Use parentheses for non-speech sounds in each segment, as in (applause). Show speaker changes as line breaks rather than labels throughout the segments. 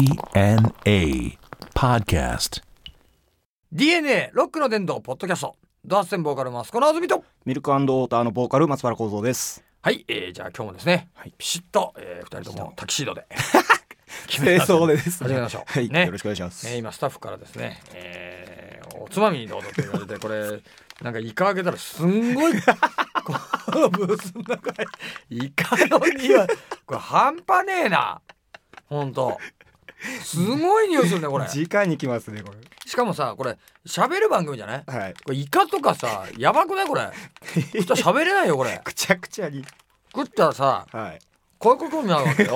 DNA Podcast.
DNA ロックの伝道ポッドキャストドアステンボーカルマスコのあずみと
ミルクウォーターのボーカル松原幸三です。
はい、えー、じゃあ今日もですね、
はい
ピシッと、えー、二人ともタキシー (laughs) ドで決
清掃
で、
でです、
始めましょう
はい、
ね
よろしくお願いします。
(laughs) えー、今スタッフからですね、えー、おつまみにどうぞと言われてこれなんかイカ開けたらすんごい (laughs) このブースの中にイカの匂いこれ半端ねえなほんとすごい匂いするねこれし
次回に来ますねこ
かもさこれ喋る番組じゃない
れ。はい。
これイカとかさやばくないこれ食ったら喋れないよこれ
くちゃくちゃに。
食ったらさ
はい。
こういうことになるわ
(laughs)
けよ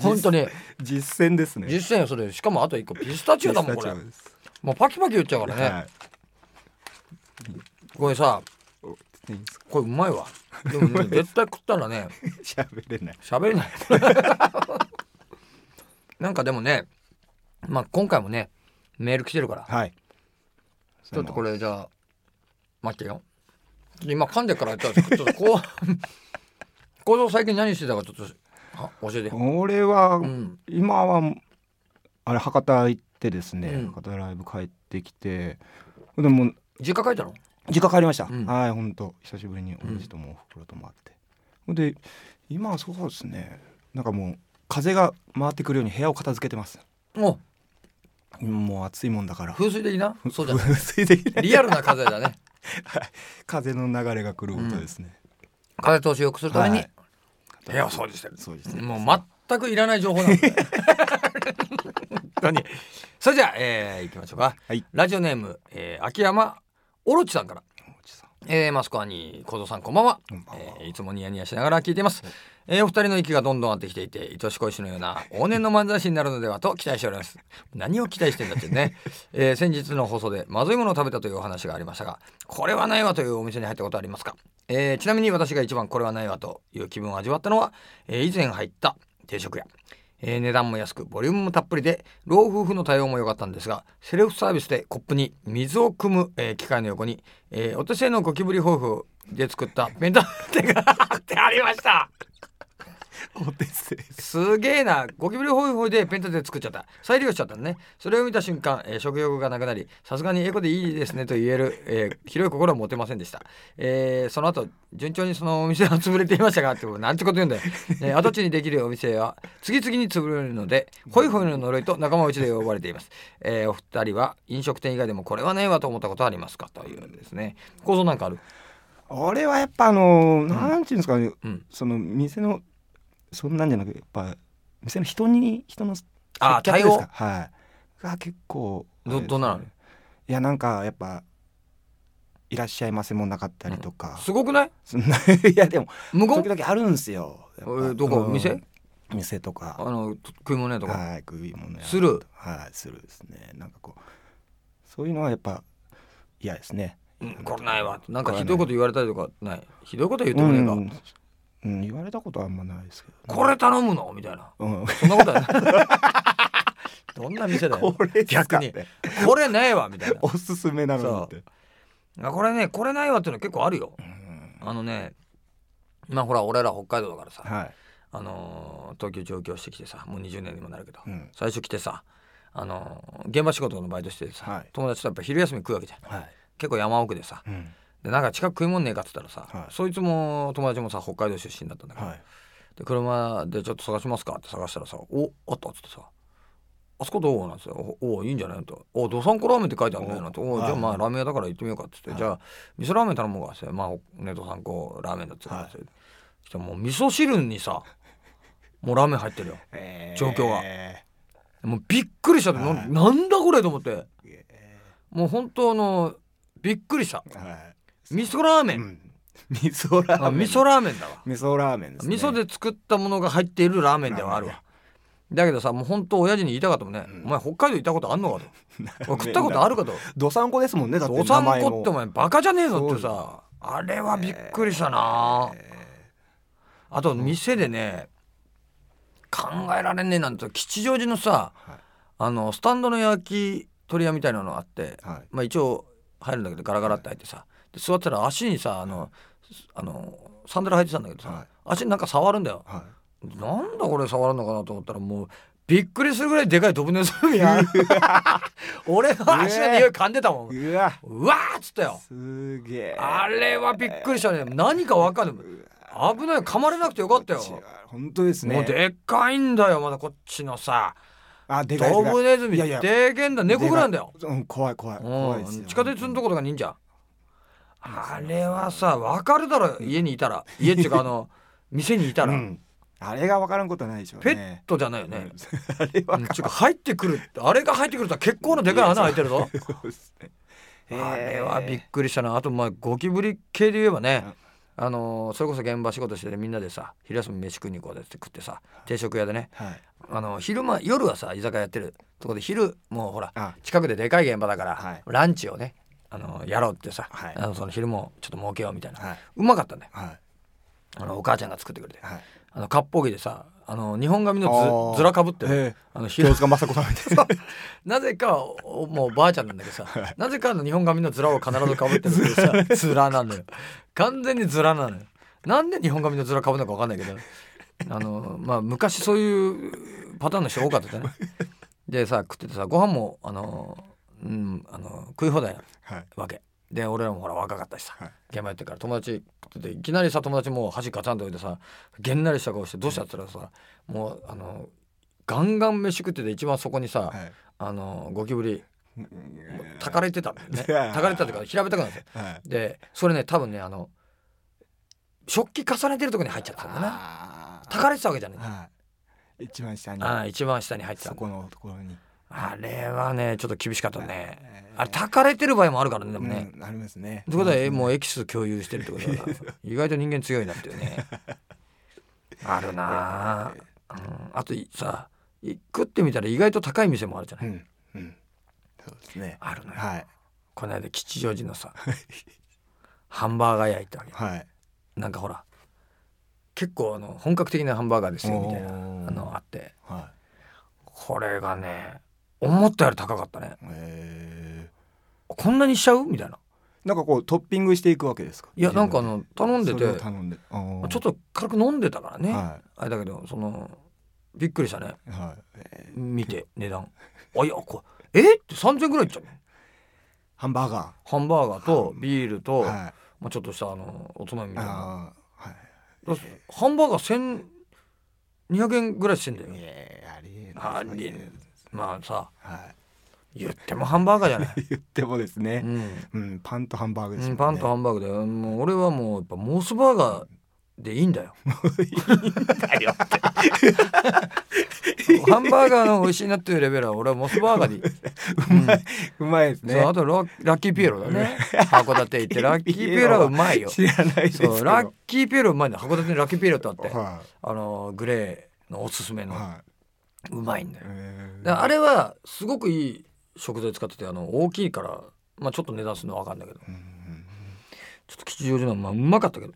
本当に
実践ですね。
実践よそれしかもあと一個ピスタチオだもんこれ
ピスタチオです
もうパキパキ言っちゃうからね、
はい
これさ
お。いいんですか。
これうまいわでもね
(laughs)
絶対食ったらね
喋れない。
喋れない (laughs) なんかでもねまあ今回もねメール来てるから
はい。
ちょっとこ
れ。
れじゃあ待ってよちょっと今噛んでっからやったんですけどちょっとこう
(laughs)
構造最近何してたかちょっとあ教えて
俺は、
うん
今はあれ博多行ってですね、
うん
博多ライブ帰ってきて、でも
実家帰ったの
実家帰りました、
うん
はい本当久しぶりに親父ともおふくろとも会って、で今はそうですねなんかもう風が回ってくるように部屋を片付けてます
お
もう暑いもんだから
風水的なそうじゃない
風水的な
リアルな風だね
(laughs) 風の流れが来る音ですね、
風通しを良くするために
はい
部屋を掃除してる
そうですね
もう全くいらない情
(laughs)
報なんで本当にそれじゃあ、えー、いきましょうか、
はい
ラジオネーム、えー、秋山オロチさんから
おじさん
えー、マスコアニー、小僧さんこんばんは。
こんばんは
えーいつもニヤニヤしながら聞いています。えーお二人の息がどんどん合ってきていて、愛し恋しのよう
(laughs)
な往年の漫才師になるのではと期待しております。何を期待してんだってね。えー先日の放送でまずいものを食べたというお話がありましたが、これはないわというお店に入ったことありますか、えーちなみに私が一番これはないわという気分を味わったのは、えー以前入った定食屋。えー値段も安くボリュームもたっぷりで老夫婦の対応も良かったんですがセルフサービスでコップに水を汲む、えー機械の横に、えーお手製のゴキブリ抱負で作った弁当手があってありました
お手製
すげえなゴキブリホイホイでペン立て作っちゃった再利用しちゃったのねそれを見た瞬間、えー食欲がなくなりさすがにエコでいいですねと言える、えー広い心を持てませんでした、えーその後順調にそのお店は潰れていましたが (laughs) ってなんてこと言うんだよ、えー跡地にできるお店は次々に潰れるのでホイホイの呪いと仲間内で呼ばれています、えーお二人は飲食店以外でもこれはねえわと思ったことはありますかというですね構造なんかある
俺はやっぱあのーなんていうんですかね、
うん
その店のそんなんじゃなくやっぱ店の人に人の接
あー
客です
対
かはいが結構
ど
あれですね
どんなの
いやなんかやっぱいらっしゃいませもなかったりとか、
すごくない
そんな (laughs) いやでも
無言
時々あるんすよやっぱ
えーどこ
うん
店
店と
あ
か
の食い物屋とか、
はい食い物や
する
はいするですねなんかこうそういうのはやっぱ嫌ですね
うん、これないわなんかひどいこと言われたりとかないひどいことは言って
う
もねえか、
ん、うん、言われたことはあんまないですけどね、
これ頼むのみたいな
うん、
そんなことはない
(laughs)
どんな店だよ
これです
逆
か
にこれないわみたい
おすすめなのって
なあこれねこれないわっていうの結構あるよ
うん
あのね今ほら俺ら北海道だからさ、
はい
あのー東京上京してきてさもう20年にもなるけど、
うん
最初来てさあのー現場仕事のバイトしてさ、
はい
友達とやっぱ昼休み食うわけじゃん
はい、
結構山奥でさ
うん、
でなんか近く食い物ねえかって言ったらさ、
はい
そいつも友達もさ北海道出身だったんだけど、
はい
で車でちょっと探しますかって探したらさ「おあった」っつってさ「あそこどう?」なんですよ「おおいいんじゃない?」と「おどさんこラーメンって書いてあるんだよ」なんて「お
はい
じゃあまあラーメン屋だから行ってみようか」っつって「
はい
じゃあ味噌ラーメン頼もうか」っつって「まあおねどさんこラーメンだ」っつって、
はい
そしたらもう味噌汁にさもうラーメン入ってるよ
えー
状況はもうびっくりしちゃって、な
はい
なんだこれと思って
えー
もう本当あのびっくりした
は
味噌ラーメ
い、
ン、
うん、味噌ラ
あ
ーメン
味噌ラーメンだわ
味噌ラーメンですね
味噌で作ったものが入っているラーメンではあるわだけどさもう本当親父に言いたかったもんね、
うん
お前北海道行ったことあんのか
(laughs)
とお前食ったことあるかと
どさんこですもんねだって
おさ
名
ん
前も
こってお前バカじゃねえぞっ
そう
て
です
さあれはびっくりしたな、あと店でね考えられねえなんて吉祥寺のさ、
はい
あのスタンドの焼き鳥屋みたいなのあって、
はい
まあ一応入るんだけどガラガラって入ってさで座ったら足にさあのあのサンダル履いてたんだけどさ、
はい
足になんか触るんだよ、
は
なんだこれ触るのかなと思ったらもうびっくりするぐらいでかいドブネズミや
(laughs)
俺の足の匂い噛んでたもん、
うわ
うわーっつったよ
すげえ
あれはびっくりしたね何かわかる危ない噛まれなくてよかったよ
違う本当ですね
もうでっかいんだよまだこっちのさ
あでかい
ドブネズミ
いやいや
でけんだ猫ぐらいなんだよ
でかいうん怖い怖い怖いです
う
よ
ん地下鉄のとことかにいんじゃんあれはさわかるだろ家にいたら家っていうかあ
(laughs)
の店にいたら、
うんあれが分からんことはないでしょう
ペッ
ね
トじゃないよね、
(laughs) あれは
うんちょっと入ってくるってあれが入ってくるとは結構なでかい穴開いてるぞ
そうですね
あれはびっ
え
くりしたなあとまあゴキブリ系で言えばね
うん、
あのーそれこそ現場仕事しててみんなでさ昼休み飯食いに行こうぜって食ってさ定食屋でね
ーはい
あの昼間夜はさ居酒屋やってるとこで昼もうほら
あ
近くででかい現場だから、
はい
ランチをねあのやろうってさ、
はい
あのその昼もちょっと儲けようみたいな、
はいう
まかったね
はい
あのお母ちゃんが作ってくれて
はい
あの割烹着でさあの日本髪の
あー
ずずらかぶってる、
ええ
あのひ
清塚雅子さんみたいな
なぜかおもうばあちゃんなんだけどさ、なぜかあの日本髪のずらを必ずかぶってるっていうさ
(laughs)
ずらなのよ完全にずらなのよなんで日本髪のずらかぶるのか分かんないけどあのまあ昔そういうパターンの人多かったじゃないでさ食っててさご飯もあの、うん、あの食い放題な
はい
わけで俺らもほら若かったしさ、
はい
現場やってるから友達食ってていきなりさ友達もう箸ガチャンと置いてさげんなりした顔してどうしたって言ったらさもうあのガンガン飯食ってて一番そこにさ、
はい
あのゴキブリたかれてたんだよねた
た
かれてたっていうか平べったくなって
はい
でそれね多分ねあの食器重ねてるとこに入っちゃったんだな
あー
たかれてたわけじゃない
はい一番下に
ああ一番下に入ってた
そこのところに
あれはねちょっと厳しかったね
えー
あれたかれてる場合もあるからねでもね、
うんありますね
ってことは、え
うん
もうエキス共有してるってことだな
(laughs)
意外と人間強いなっていうねあるな
(laughs)
あ、うん、あといさい食ってみたら意外と高い店もあるじゃな
う
い、
んうんそうですね
あるのよ、
はい
この間吉祥寺のさハンバーガー屋行ったわけ
はい
なんかほら結構あの本格的なハンバーガーですよみたいな
おー
あのあって
は
これがね思ったより高かったね
いえ
こんなにしちゃうみたいな
ーなんかこうトッピングしていくわけですか
いやなんかあの頼んで
自分で
て
それを頼んでち
ちょ
ょ
っと軽く飲んでたからね、
は
あれだけどそのびっくりしたね
いはいえー
見
(laughs)
て値段あいやこれえって3000ぐらいいっちゃうの
ハンバーガ
ハンバーガーとビールと、
ーはい
まあ、ちょっとしたあのおつまみみたいな
あーはい
だからハンバーガー1200円ぐらいしてんだよ
いやありえ
あ
ない
りえないまあさ
はい
言ってもハンバーガーじゃ (laughs) ない、
言ってもです
う
ね
ん
うんパンとハンバーグです
う
もん
ん、
ね
パンとハンバーグでもう俺はもうやっぱモースバーガーでいいんだよ (laughs) ハンバーガーの美味しいなっていうレベルは俺はモスバーガーでい (laughs) い、うん
(laughs) うまいです
そう
ね
あとララッキーピエロだね函館行ってラッキーピエロはうまいよ
知らないですけど
そう (laughs) ラッキーピエロうまいんだ函館にラッキーピエロってあって
は
あのグレーのおすすめ
い
の
は
うまいんだ
い
よ
えー
であれはすごくいい食材使っててあの大きいからまあちょっと値段するのは分かんないけどちょ
うんうん
っと吉祥寺のはまあうまかったけど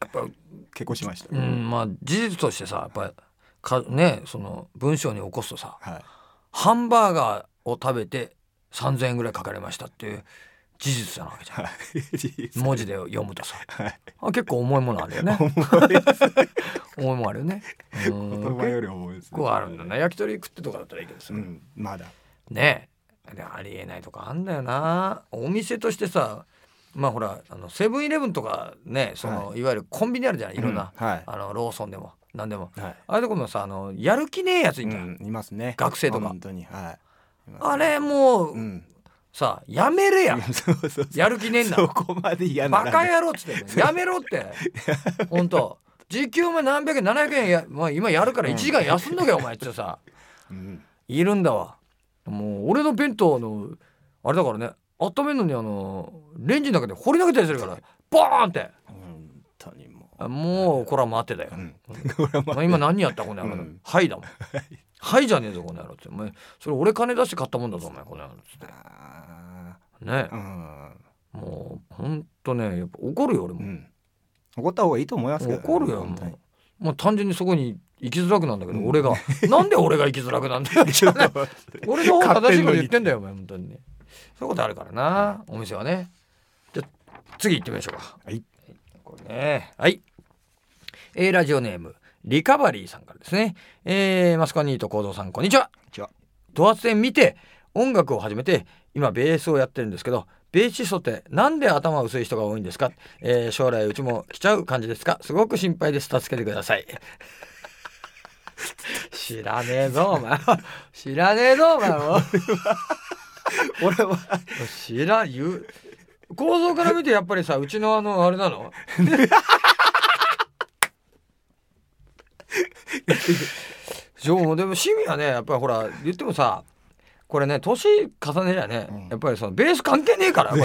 やっぱ
結婚しました
うんまあ事実としてさやっぱりかねその文章に起こすとさ
はい
ハンバーガーを食べて3,000円ぐらいかかりましたっていう事実なわけじゃん
はい
文字で読むとさ、
はい
あ結構 (laughs) 重いものあるよね重いもんあるよねう (laughs)
言
ん
葉
結
より重いですね
構あるんだな焼き鳥食ってとかだったらいいけどさ、
うんまだ
ねえでありえないとかあんだよなお店としてさまあほらあのセブンイレブンとかねその、い、わゆるコンビニあるじゃないいろんな、
うんはい
あのローソンでも何でも
はい
ああいうとこもさあのやる気ねえやついんだよ、
うんいますね
学生とか
本当にはいいます
あれもう、
うん
さやめれや
(laughs) そうそうそう
やる気ねえんだ
そこまで嫌な
バ
ら
カ野郎っつってんだよやめろって
(laughs)
本当時給も何百円700円や、まあ、今やるから1時間休んどけよお前ってさ
うん
いるんだわもう俺の弁当のあれだからね温めるのにあのレンジの中で掘り投げたりするからボーンって
本当にも
あもうこれは待ってたよ
うう、ん (laughs) これはま
お前今何やったこの野郎、
うん
はいだもんはいじゃねえぞこの野郎ってお前それ俺金出して買ったもんだぞお前この野郎っつって
あ
ね
ーうん
もうほんとねやっぱ怒るよ俺も、
うん怒った方がいいと思いますけどね
怒るよも
本当に
うもう単純にそこに行きづらくなんだけど、
うん
俺がなんで俺が行きづらくなん
(laughs)
だよ (laughs) 俺の方が正しいこと言ってんだよお前本当にねそういうことあるからなお店はねじゃあ次行ってみましょうか
はい
これねはい、えーラジオネームリカバリーさんからですね、えーマスカニート幸三さんこんにちは
じゃあ
ドアツ演見て音楽を始めて今ベースをやってるんですけどベーシストってなんで頭薄い人が多いんですか、えー将来うちも来ちゃう感じですかすごく心配です助けてくださ (laughs) い知らねえぞお前知らねえぞお前は
俺は
(laughs) 知らん言う構造から見てやっぱりさうちのあのあれなのそうでも趣味はねやっぱりほら言ってもさこれね年重ねりゃね、
うん
やっぱりそのベース関係ねえからこれ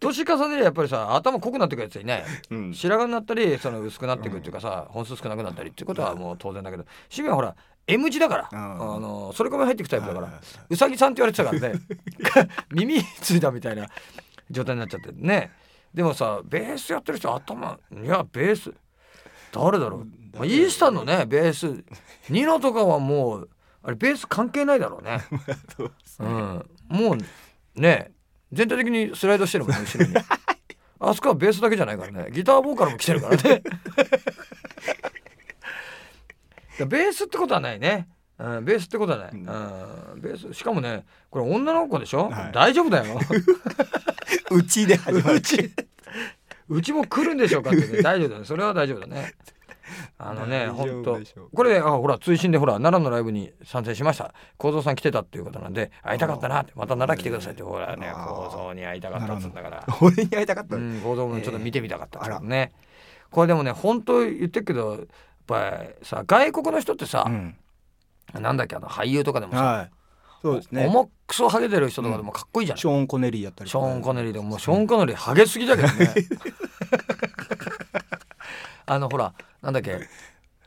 年重ねりゃやっぱりさ頭濃くなってくるやついない
うん
白髪になったりその薄くなってくるっていうかさ、本数少なくなったりっていうことはもう当然だけど趣味はほら M 字だから、
うん
あのそれ込み入っていくタイプだから、
はいはいはいう
さぎさんって言われてたからね耳ついたみたいな状態になっちゃってねでもさベースやってる人頭いやベース誰だろう、まあ、イースタンのねベースニノとかはもうあれベース関係ないだろう
(laughs)
ね、うん、もうね全体的にスライドしてるもんね後ろにあそこはベースだけじゃないからねギターボーカルも来てる
(laughs)
からねベースってことはないね、うん、ベースってことはない、
うん
うん、ベースしかもねこれ女の子でしょ、
はい
大丈夫だよ
うちで始まる
うちうちも来るんでしょうかって
(laughs)
ね、大丈夫だねそれは大丈夫だねあのね
大
本
丈夫
当
でしょう
これあほら追伸でほら奈良のライブに参戦しました幸三さん来てたっていうことなんで会いたかったなってまた奈良来てくださいってほらね
あー
幸三に会いたかったっつうんだから
俺に会いたかった、
うん、合同もちょっと見てみたかったですけど
え
ね、これでもね本当言ってるけどやっぱりさ外国の人ってさ
う、ん
なんだっけあの俳優とかでもさ、
はいそうですね
重くそハゲてる人とかでもかっこいいじゃん、
ショーン・コネリーやったり
ショーン・コネリーでももうショー
ン
ン・コネリーハゲすぎだけど
(laughs)
ねあのほらなんだっけ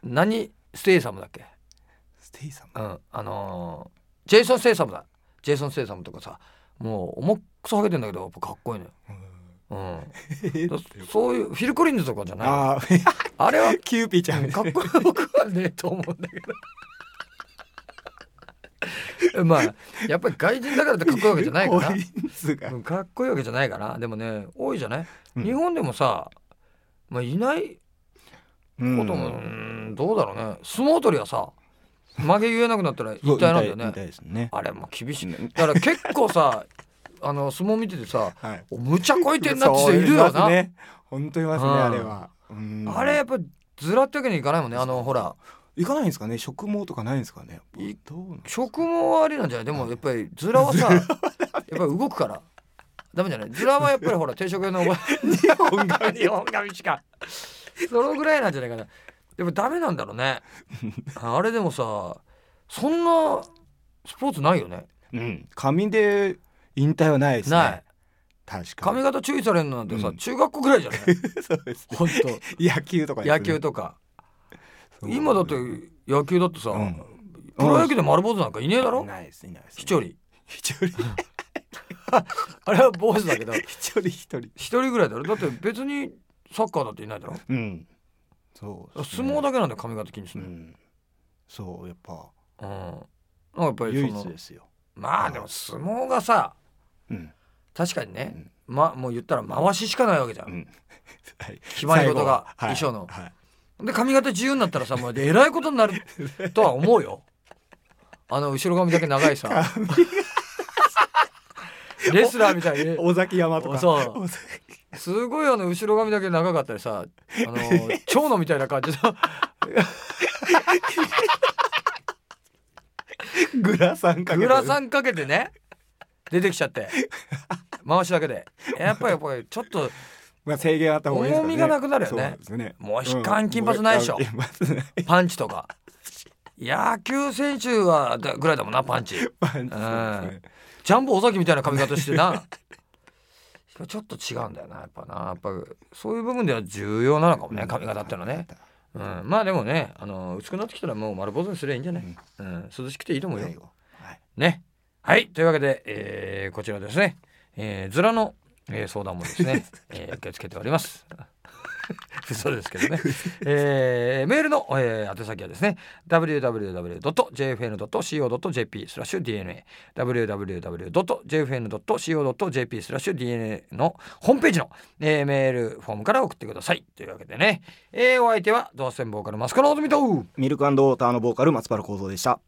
何ステイサムだっけ
ステイさん
うんあのージェイソン・ステイサムだジェイソン・ステイサムとかさもう重くそハゲてんだけどやっぱかっこいいのよ、
(laughs)
うんだ、そういうフィル・コリンズとかじゃない
ああ
あれは
キューピーちゃん
かっこよくはねえと思うんだけど (laughs) まあやっぱり外人だからってかっこいいわけじゃ
(laughs)
ないか
コ
な
リンズが
うんかっこいいわけじゃないかなでもね多いじゃない、
うん
日本でもさ、まあ、いないことも、うんどうだろうね相撲取りはさ曲げ言えなくなったら
(laughs) そう
一体なんだよ
み
ね
たいですね
あれも厳しい
ね
だから結構さ (laughs) あの相撲見ててさ
はい
むちゃこいてんなって人いるよ
そうます
な、
ね本当いますね
うん
あれはうん
あれやっぱずらってわけにいかないもんねあのほら
行かないんですかね植毛とかないんですかね
い
どうなん
食毛はありなんじゃないでもやっぱりズラはさやっぱり動くからダメじゃないズラはやっぱりほら定食屋のおば日本髪日本髪しかそのぐらいなんじゃないかなでもダメなんだろうねあれでもさそんなスポーツないよね
うん髪で引退はないですね
ない
確か
髪
に
型注意されるのなんてさ、
うん
中学校ぐらいじゃない
(laughs) そうですね
本
野球とか
当
ですね
野球とか
そう
今だって野球だってさ、
うん
プロ野球で丸坊主なんかいねえだろ
ないですいないです
一人 (laughs)
一人
あれは坊主だけど
一人一人
一人ぐらいだろだって別にサッカーだっていないだろ
うんそうです
相
ね
撲だけなんだよ髪型気にす
う
るの、うん
んそうやっぱ
なんかやっぱ
唯
りそ
一
の
ですよ
まあでも相撲がさ
うん
確かにね、ま、もう言ったら回ししかないわけじゃ、
うんんはい
決まり事が
最後は
衣装の
はいはい
で髪型自由になったらさもうえらいことにな
(laughs)
るとは思うよあの後ろ髪だけ長い
(laughs)
さレスラーみたいに
尾崎山とか
そう
尾崎
すごいあの後ろ髪だけ長かったりさあの蝶野みたいな感じの
グラサンかけて
グラサンかけてね出てきちゃって回しだけでやっぱりやっぱりちょっと
まあ制限あった方がいいですからね
重みがなくなるよね
そうですね
もう悲観金髪ないでしょ
うんもう悲観金髪ない
パンチとか野球選手はだぐらいだもんなパンチ
パンチそうですね
ジャンボ尾崎みたいな髪型してなちょっと違うんだよなやっぱなやっぱそういう部分では重要なのかもね髪型ってのはね、うん、まあでもねあの薄くなってきたらもう丸坊主にすればいいんじゃない、うん、涼しくていいと思うよ、
最後はい
ね。はい。というわけで、えーこち (laughs) らですね、えー、ズラの、えー相談もですね、えー受け付けております。 (laughs) 嘘ですけどね、えーメールの、えー宛先はですね www.jfn.co.jp スラッシュ DNA www.jfn.co.jp スラッシュ DNA のホームページの、えーメールフォームから送ってくださいというわけでね、えーお相手はドアセンボーカルマスカのおずみと
ミルクウォーターのボーカル松原幸三でした